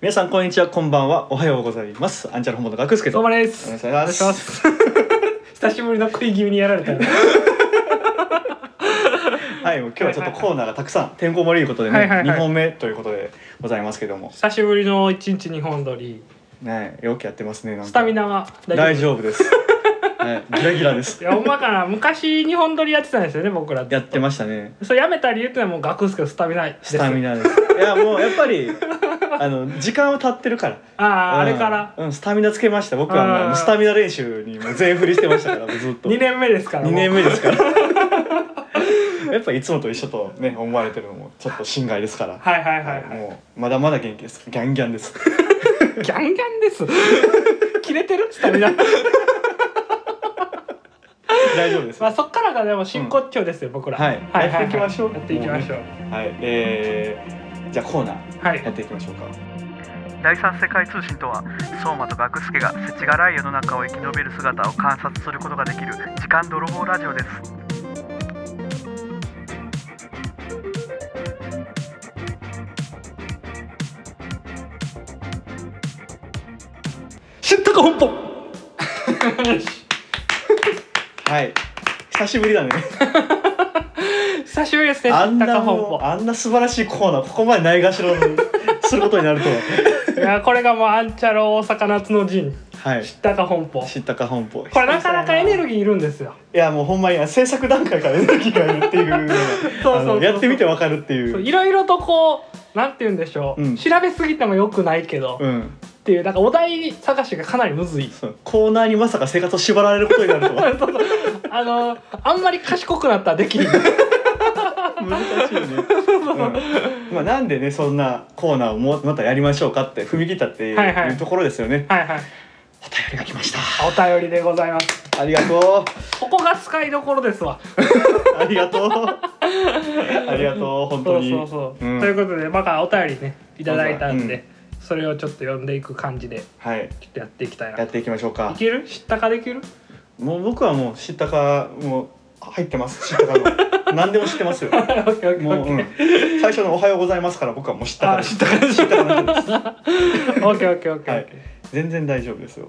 皆さんこんにちはこんばんはおはようございますアンチャルホモの学助どとうもでお願いす。しますす。 久しぶりの食い気味にやられた。ははいもう今日はちょっとコーナーがたくさんてんこ盛りいうことでね、はいはいはい2本目ということでございますけども久しぶりの一日二本撮り。ねよくやってますねなんかスタミナは大夫。丈夫 です、はい、ギラギラですいやほんまかな昔二本撮りやってたんですよね僕らやってましたねそれやめた理由ってのはもう学すけどスタミナですスタミナナですいやもうやっぱりあの時間は経ってるからああ、あうんれからうんスタミナつけました僕はもうあースタミナ練習にもう全振りしてましたからもうずっと二年目ですから2もう年目ですから やっぱいつもと一緒とね思われてるのもちょっと心外ですからはいはいはいはいもうまだまだ元気ですギャンギャンです ギャンギャンです 切れてるスタミナ大丈夫ですまあそっからがでも真骨頂ですよ、僕らはいはいはいやっていきましょうやっていきましょうはいえー、じゃあコーナーはいやっていきましょうか第三世界通信とは相馬と学助が世知辛い世の中を生き延びる姿を観察することができる時間泥棒ラジオです知ったか本舗 よしはい久しぶり だね久しぶりですねあ知んったなか本もう舗あんな素晴らしいコーナーここまでないがしろにすることになるとはいやこれがもうアンチャロ大阪夏の陣はい知ったか本舗知ったか本舗これなかなかエネルギーいるんですよいやもうほんまに制作段階からエネルギーがいるっていうのがそうそうそうあのやってみてわかるっていそうういろいろとこうなんて言うんでしょう、うん調べすぎてもよくないけど、うっんていうなんかお題探しがかなりむずいそうコーナーにまさか生活を縛られることになるとはそうそうあのあんまり賢くなったらで きひん難しいね、 うんまあ、なんでねそんなコーナーをもまたやりましょうかって踏み切ったっていう,、はいはいところですよねはいはいお便りが来ましたお便りでございますありがとここが使いどころですわうありがとうありがとう本当にそうそうそう、んということでまあお便りねいただいたんで、うんそれをちょっと読んでいく感じではいちょっとやっていきたいなやっていきましょういかける知ったかで きるもう僕はもう知ったかもう入ってます知ったかの 何でも知ってますよもう、うん、最初の「おはようございます」から僕はもう知ったかあで知すったか知ったかなんですは OKOKOK い全然大丈夫ですよ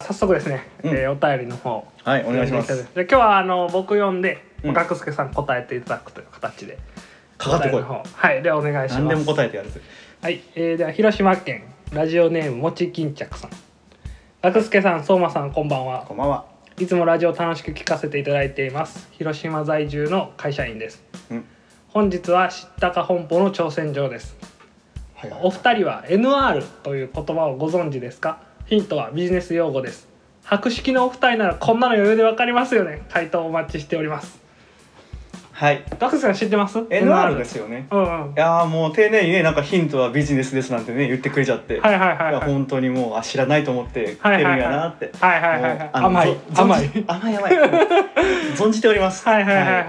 早速ですね、うんえーお便りの方はいお願いしま読んすでただいてじゃあ今日はあの僕読んで、うん学助さん答えていただくという形でかかってこいお便りの方はいではお願いします何でも答えてやるぜはい、えー、では広島県ラジオネームもち巾着さん学助さん相馬さんこんばんはこんばんは、いつもラジオ楽しく聞かせていただいています広島在住の会社員ですうん本日は知ったか本舗の挑戦状ですはいはいお二人は NR という言葉をご存知ですかヒントはビジネス用語です博識のお二人ならこんなの余裕でわかりますよね回答お待ちしておりますはい学生さん知ってます NR ですよねうんうんいやーもう丁寧にねなんかヒントはビジネスですなんてね言ってくれちゃって、はいはいはいいはやい本当にもうあ知らないと思って来てるんやなって、はいはいはいはいもうあの甘いぞ甘い存じ甘い甘い存じておりますはいはいはいはい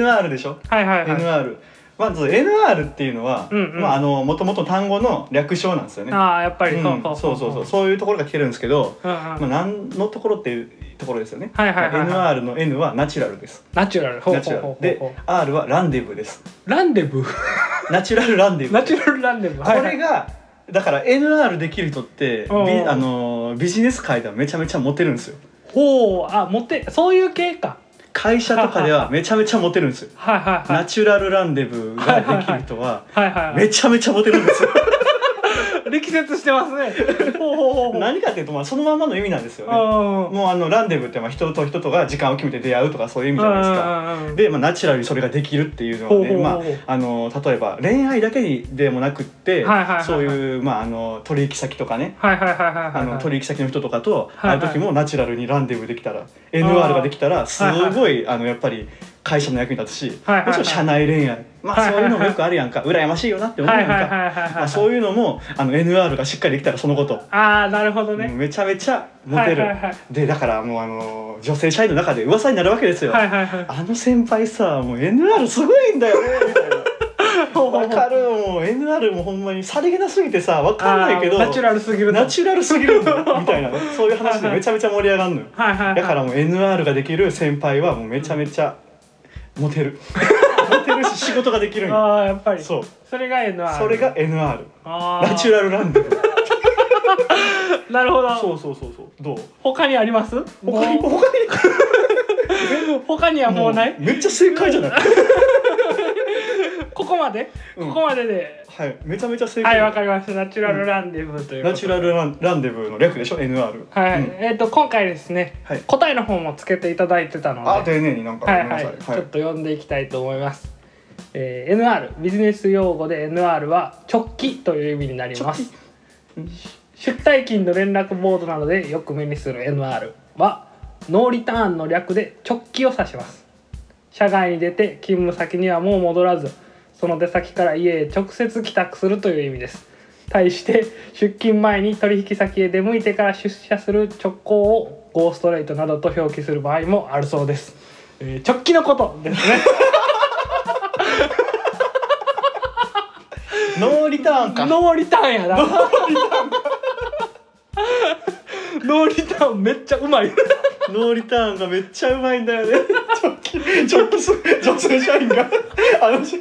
はい NR でしょ、はいはいはい NR まず NR っていうのは、うんうんまああの元々単語の略称なんですよねああやっぱりうんそうそうそうそういうところが来てるんですけど、うんまうあ、ん何のところっていうところですよね、はいはいはいはいまあ NR の N はナチュラルですナチュラルほうナほチうュほうラルほうでほう R はランデブですランデ ブーナチュラルランデブーナチュラルランデブーこはいはいれがだから NR できる人ってうんビあのービジネス界ではめちゃめちゃモテるんですよほうあモテそういう系か会社とかではめちゃめちゃモテるんですよはいはいはナいチュラルランデブーができる人ははいはいはめいちゃめちゃモテるんですよ力説してます ねほうほ うほうほう何かっていうとまあそのままの意味なんですよねあもうあのランデブーってまあ人と人とが時間を決めて出会うとかそういう意味じゃないですかうんで、まあ、ナチュラルにそれができるっていうのはねほうほうまほうああの例えば恋愛だけにでもなくって、はいはいはいはいそういう、まあ、あの取引先とかねはいはいはいはいはいはいあの取引先の人とかとは会いはうい時もナチュラルにランデブーできたら NR ができたらすごいあのやっぱり会社の役に立つしはいはいはいもちろん社内恋愛まはあいそはういいうはいのもよくあるやんか羨ましいよなって思うはやいんはいはいかはいまはあいそういうのもあの NR がしっかりできたらそのことああなるほどねめちゃめちゃモテるはいはいはいでだからもうあの女性社員の中で噂になるわけですよはいはいはいあの先輩さもう NR すごいんだよねみ たいなほうほうわほうかるもう NR もほんまにさりげなすぎてさわかんないけどあーナチュラルすぎるナチュラルすぎるんだ よみたいなそういう話でめちゃめちゃ盛り上がるのよはいはいはい だからもう NR ができる先輩はもうめちゃめちゃモテるれてるし仕事ができるんよああやっぱりそうそれが NR それが NR あーナチュラルランデブーなるほどそうそうそうそうどう他にあります他にも他にう他にはもうない、もめっちゃ正解じゃない、ここまで、うんここまでではいめちゃめちゃ正は解いわかりましたナチュラルランデブーということでナチュラルランランデブーの略でしょ NR はい、うんえっ、と今回ですね、はい答えの方もつけていただいてたのであ丁寧になんかごはめんいなはさい、い、ちょっと読んでいきたいと思います、えー NR ビジネス用語で NR は直帰という意味になります直帰うん出退勤の連絡ボードなどでよく目にする NR はノーリターンの略で直帰を指します社外に出て勤務先にはもう戻らずその出先から家へ直接帰宅するという意味です対して出勤前に取引先へ出向いてから出社する直行をゴーストレートなどと表記する場合もあるそうです、えー直帰のことですねノーリターンかノーリターンやなノ ーリターンめっちゃうまいノーリターンがめっちゃうまいんだよね直近直近す女性社員があの人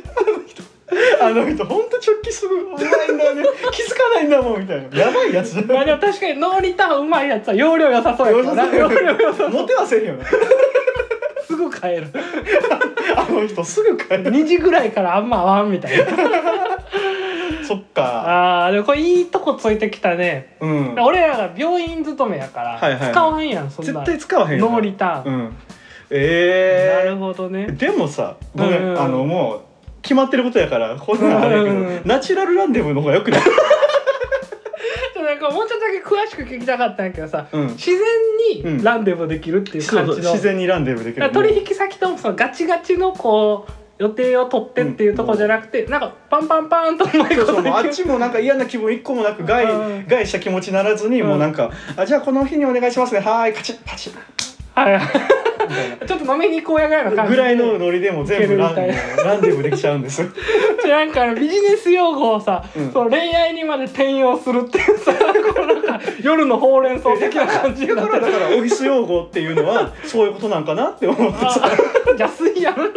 あの人あの人ほんと直近すごいうまいんだよね気づかないんだもんみたいなやばいやつだよ まあでも確かにノーリターンうまいやつは容量良さそうやからな容量良さモテはせんよねすぐ買えるあの人すぐ帰る2時ぐらいからあんま合わんみたい なそっかあーでもこれいいとこついてきたねうん俺らが病院勤めやかはいはいはらい使わへんやんそんな絶対使わへんよノーリターンうんなえるほどーねでもさごめうんうんんうんあのもう決まってることやからこんなのあれやけうんうんうどんナチュラルランデブーの方がよくないちょっとなんかもうちょっとだけ詳しく聞きたかったんやけどさうん自然うにんランデブーできるっていう感じ の自然にランデブーできだるから取引先ともそのガチガチのこう予定を取ってっていうとこじゃなくてなんかパンパンパンとうまそいこうそとうもうあっできちもなんか嫌な気分一個もなく害うん害した気持ちにならずに、うんもうなんかあじゃあこの日にお願いしますねはーいカチッパチッはいはいみたいちょっと飲みに行こうやぐらいの感なじでぐらいのノリでも全部ランいけ デるみブランデブできちゃうんですじゃあ なんかあのビジネス用語をさ、うんその恋愛にまで転用するっていうさ このなんか夜のほうれん草的な感じにだなっかてら るだからオフィス用語っていうのはそういうことなんかなって思ってさ安いやん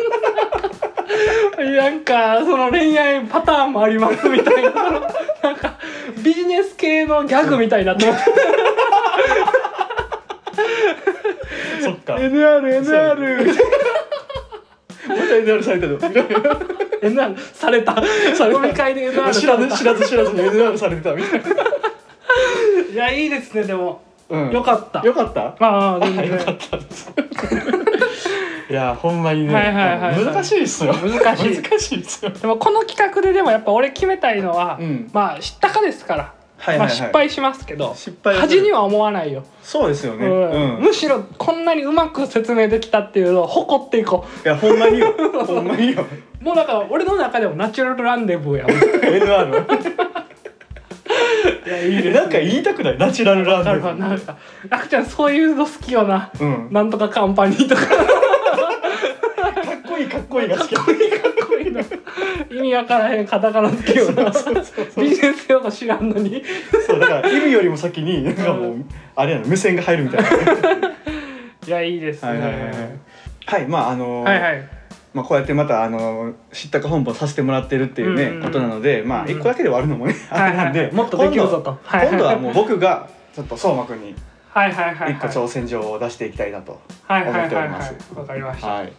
なんかその恋愛パターンもありますみたいなそのなんかビジネス系のギャグみたいになってるそっか NRNR また NR されたの NR された飲み会で NR 知さられずた知らず知らずに NR されてたみたいな、いやいいですねでも、うん、よかったよかったまあ全然よかったです いやほんまにね、はいはいはいはい難しいっすよ難しい難しいっすよでもこの企画ででもやっぱ俺決めたいのは、うんまあ知ったかですから、はいはいはいまあ、失敗しますけど失敗はする恥には思わないよ、そうですよね、うんうんむしろこんなにうまく説明できたっていうのを誇っていこいやほんまによほんまにようもうだから俺の中でもナチュラルランデブーやもん NR いやいいねなんか言いたく ないナチュラルラだからンなんか「あくちゃんそういうの好きよな、デブうんなんとかカンパニー」とかかっこいいかっこいいが好きかっこいいな意味わからへんカタカナ好きよなビジネス用語知らんのにそうだから意味よりも先になんかもうあれやな無線が入るみたいないやいいですねはいはいはいはいはいまああのーはいはいまあ、こうやってまたあのー知ったか本舗させてもらってるっていうね、うんうんうんことなのでまうあんうん一個だけで終わるのもね、あれなんで、はいはいもっとできるぞと今度はいはい今度はもう僕がちょっと相馬君にはいはいはいはい一個挑戦状を出していきたいなとはいはい思はっいておりまはすいわかりましたはい。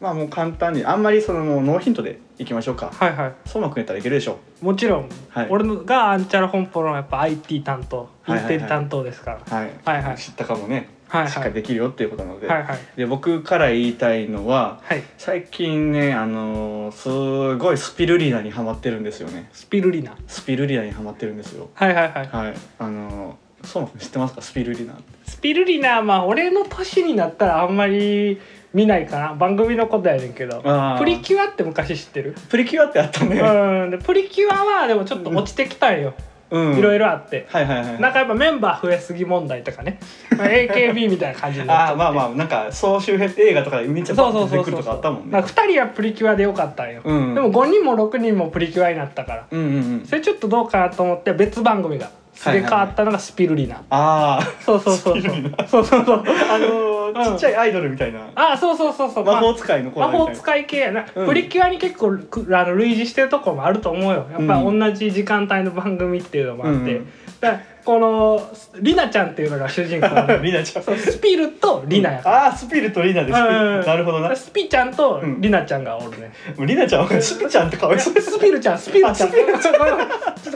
まあもう簡単にあんまりそのノーヒントでいきましょうか。はいはい相馬くんやったらいけるでしょもちろん、はい俺のがアンチャラ本舗のやっぱ IT 担当、はいはいはいインテリ担当ですからう。はい。はいはい知ったかもね、はいしっはかりいできるよっていうことなので。はいはいで僕から言いたいのははい最近ねあのーすごいスピルリーナにハマってるんですよね。スピルリナスピルリーナにハマってるんですよ。はいはいはいはい。あのー、相馬くん知ってますかスピルリーナって。スピルリナはまあ俺の年になったらあんまり見ないかな番組のことやねんけどあープリキュアって昔知 ってるプリキュアってあったね。うんでプリキュアはでもちょっと落ちてきたんようん。いろいろ。ろあってはいはいはい。なんかやっぱメンバー増えすぎ問題とかね、まあ、AKB みたいな感じになっちゃっあてーまあまあなんか総集編映画とかでめっちそゃうバッそうて出そうてくそるうとかあったもんね。なんか2人はプリキュアでよかったんよ、うんでも5人も6人もプリキュアになったから、うんうんうんそ。れちょっとどうかなと思って別番組がすれ替わったのがスピルリナ、ああ。そうそうそうスピそうルリナそうそうそうあののちっちゃいアイドルみたいな、あそうそうそうそう魔法使いの子魔だみ法たいな使い系やな、うんプリキュアに結構くあの類似してるとこもあると思うよやっぱう同じ時間帯の番組っていうのもあって、うんうんだからこのりなちゃんっていうのが主人公な のリナちゃんそうスピルとりなやから、ああースピルとリナです、うんなるほどなスピちゃんとりなちゃんがおるね、もうリナちゃんはスピちゃんってかわいそうですスピルちゃんスピルちゃんあスごめんごめんちょっと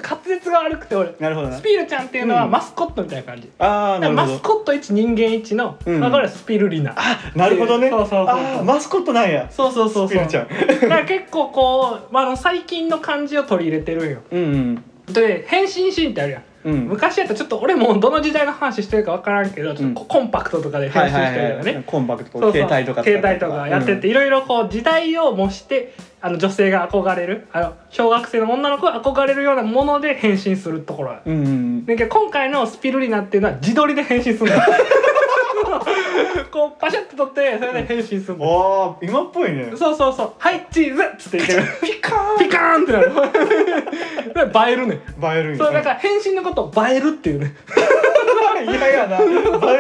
滑舌が悪くて俺なるほどなスピルちゃんっていうのはうんマスコットみたいな感じ、ああだかならるほマスどコット一人間一の、うんまあこれはスピルリナなるほどねそうそうそうそうあーマスコットなんやそうそうそうそうスピルちゃんだから結構こう、まあ、あの最近の感じを取り入れてるんようんで変身シーンってあるやんうんうん昔やったらちょっと俺もどの時代の話してるか分からんけどちょっとこコンパクトとかで変 は身いしたはいりとかはね、いコンパクトそうそう携帯とか使携た帯りとかやってて、いろいろこう時代を模してあの女性が憧れるあの小学生の女の子が憧れるようなもので変身するところだうんうんだけど今回のスピルリナっていうのは自撮りで変身するの こうパシャッと撮ってそれで変身するうんおー今っぽいねそうそうそう「はいチーズ!」っつって言ってるピカピカーンってなるそれ映えるねーン映えるんやそうだから変身のことを映えるっていうねうん 嫌やな映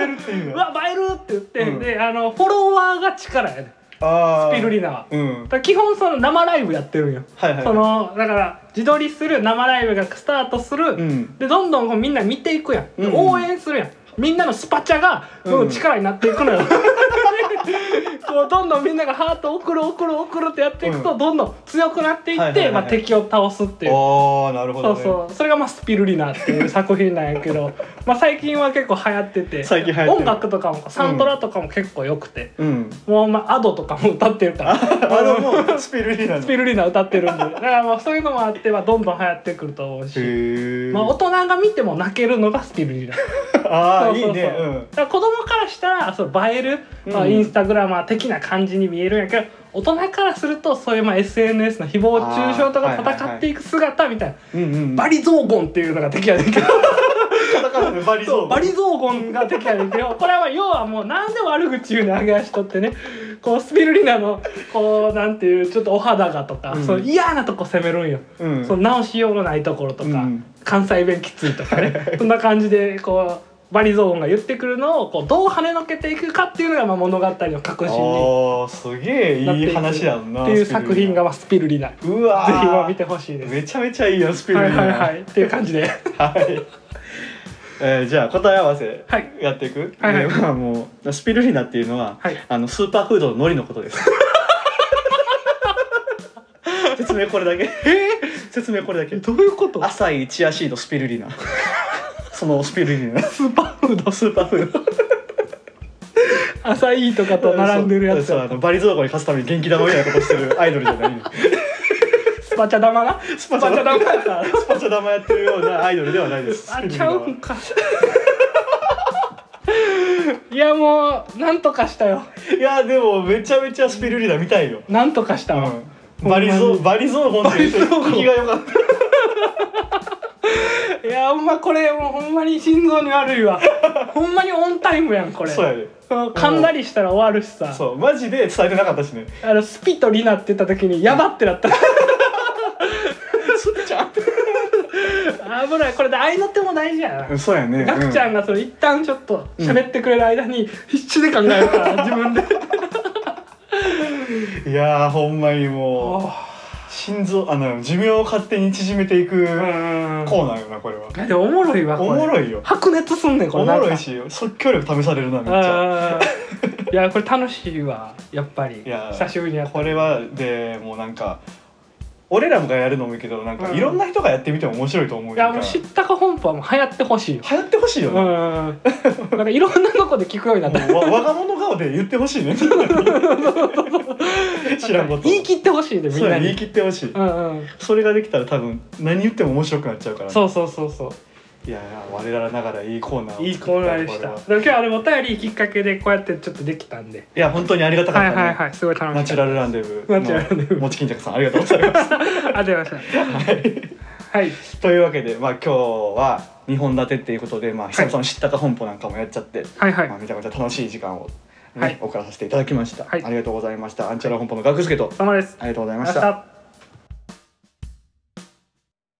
えるっていううのあわ映えるって言って、うんであのフォロワーが力やねあスーピルリナはうんだから基本その生ライブやってるんよはいはいそのだから自撮りする生ライブがスタートする、うんでどんどんこうみんな見ていくやん、でうん応援するやんみんなのスパチャがうんどんどん力になっていくのよ、 こうどんどんみんながハートを送る送る送るってやっていくと、うどんどん強くなっていって、はいはいはいまあ、敵を倒すっていうああなるほそどうねそうそれがまあスピルリナっていう作品なんやけ どまあ最近は結構流行ってて最近流行って音る楽とかもサントラとかも結構良くて、うんもうまあアドとかも歌ってるから あのもうスピルリナのスピルリナ歌ってるんでだからまあそういうのもあってまあどんどん流行ってくると思うし、へえまあ、大人が見ても泣けるのがスピルリナあそあうそういそういねうんだから子供からしたらその映える、まあ、うんインスタグラマー的な感じに見えるんやけど、大人からするとそういうまあ SNS の誹謗中傷とあーかはいはいはい戦っていく姿みたいな、うんうんバリ雑言っていうのが敵やねんけどカタカナでバリゾそうーバリ雑言が敵やねんけどこれは要はもう何で悪口言うのあげ足とってねこうスピルリナのこうなんていうちょっとお肌がとか、うんその嫌なとこ攻めるんよ。うんその直しようのないところとか、うん関西弁きついとか ねそんな感じでこうバリゾーンが言ってくるのをこうどう跳ねのけていくかっていうのがまあ物語の核心にああすげえなっていいいく話やんなっていう作品がまあスピルリナぜスピルリナうわひーまあ見てほしいです。めちゃめちゃいいよスピルはリいナはいはいっていう感じではいえーじゃあ答え合わせはいやっていく、はいはいでまあもうスピルリナっていうのは、はいあのスーパーフードの海苔のことです 説明これだけ説明これだけどういうこと浅いチアシードスピルリナ そのスピルリナスーパーフードスーパーフード浅いとかと並んでるやつそうそうあのバリ雑魚に勝つために元気玉みたいなことしてるアイドルじゃないスパチャ玉なスパチャ玉パやったスパチャ玉やってるようなアイドルではないですあちゃうんかいやもうなんとかしたよいやでもめちゃめちゃスピルリナ見たいよ、なんとかしたわ、うん、バリゾーバリゾーゴンっていう人バリゾーゴン気が良かったいやほんまこれもうほんまに心臓に悪 いわほんまにオンタイムやんこれそうやでうん噛んだりしたら終わるしさそうマジで伝えてなかったしねあのスピとリナって言った時にやばってなったスピちゃん 危ないこれで合いの手も大事やなそうやねガクちゃんがその一旦ちょっと喋ってくれる間に必死で考えるから、自分で いやーほんまにおもうー心臓あの寿命を勝手に縮めていくうんコーナーよなこれはでもおもろいわこれおもろいよ白熱すんねんこれおなんもかろいし即興力試されるなめっちゃうんいやこれ楽しいわやっぱりいやー久しぶりにやったこれはでもうなんか俺らもがやるのもいいけどなんかうんいろんな人がやってみても面白いと思いようやなもんうか知ったか本舗はもう流行ってほしいよ流行ってほしいよな、うんなんかいろんなとこで聞くようになった もうわ若者顔で言ってほしいね知らんこと言い切ってほしいでみんそうなや言いに切ってほしい、うんうんそれができたら多分何言っても面白くなっちゃうからそうそうそうそいやー我らながらいいコーナーうをいい作ったコーナーでしこれたはでも今日はでもお便りきっかけでこうやってちょっとできたんでいや本当にありがたかっはたいね、はいはいすごい楽ナしチュかっラルランデブーナチュラルランデブーもちきんちゃくさんありがとうございますたありがとうございましたはいというわけでまあ今日は2本立てっていうことでまあ久々の知ったか本舗なんかもやっちゃって、はいはいまあ、めちゃめちゃ楽しい時間を、ねはい送らさせていただきました、はいありがとうございましたアンチャラ本舗の学助とお疲れ様ですありがとうございま明した日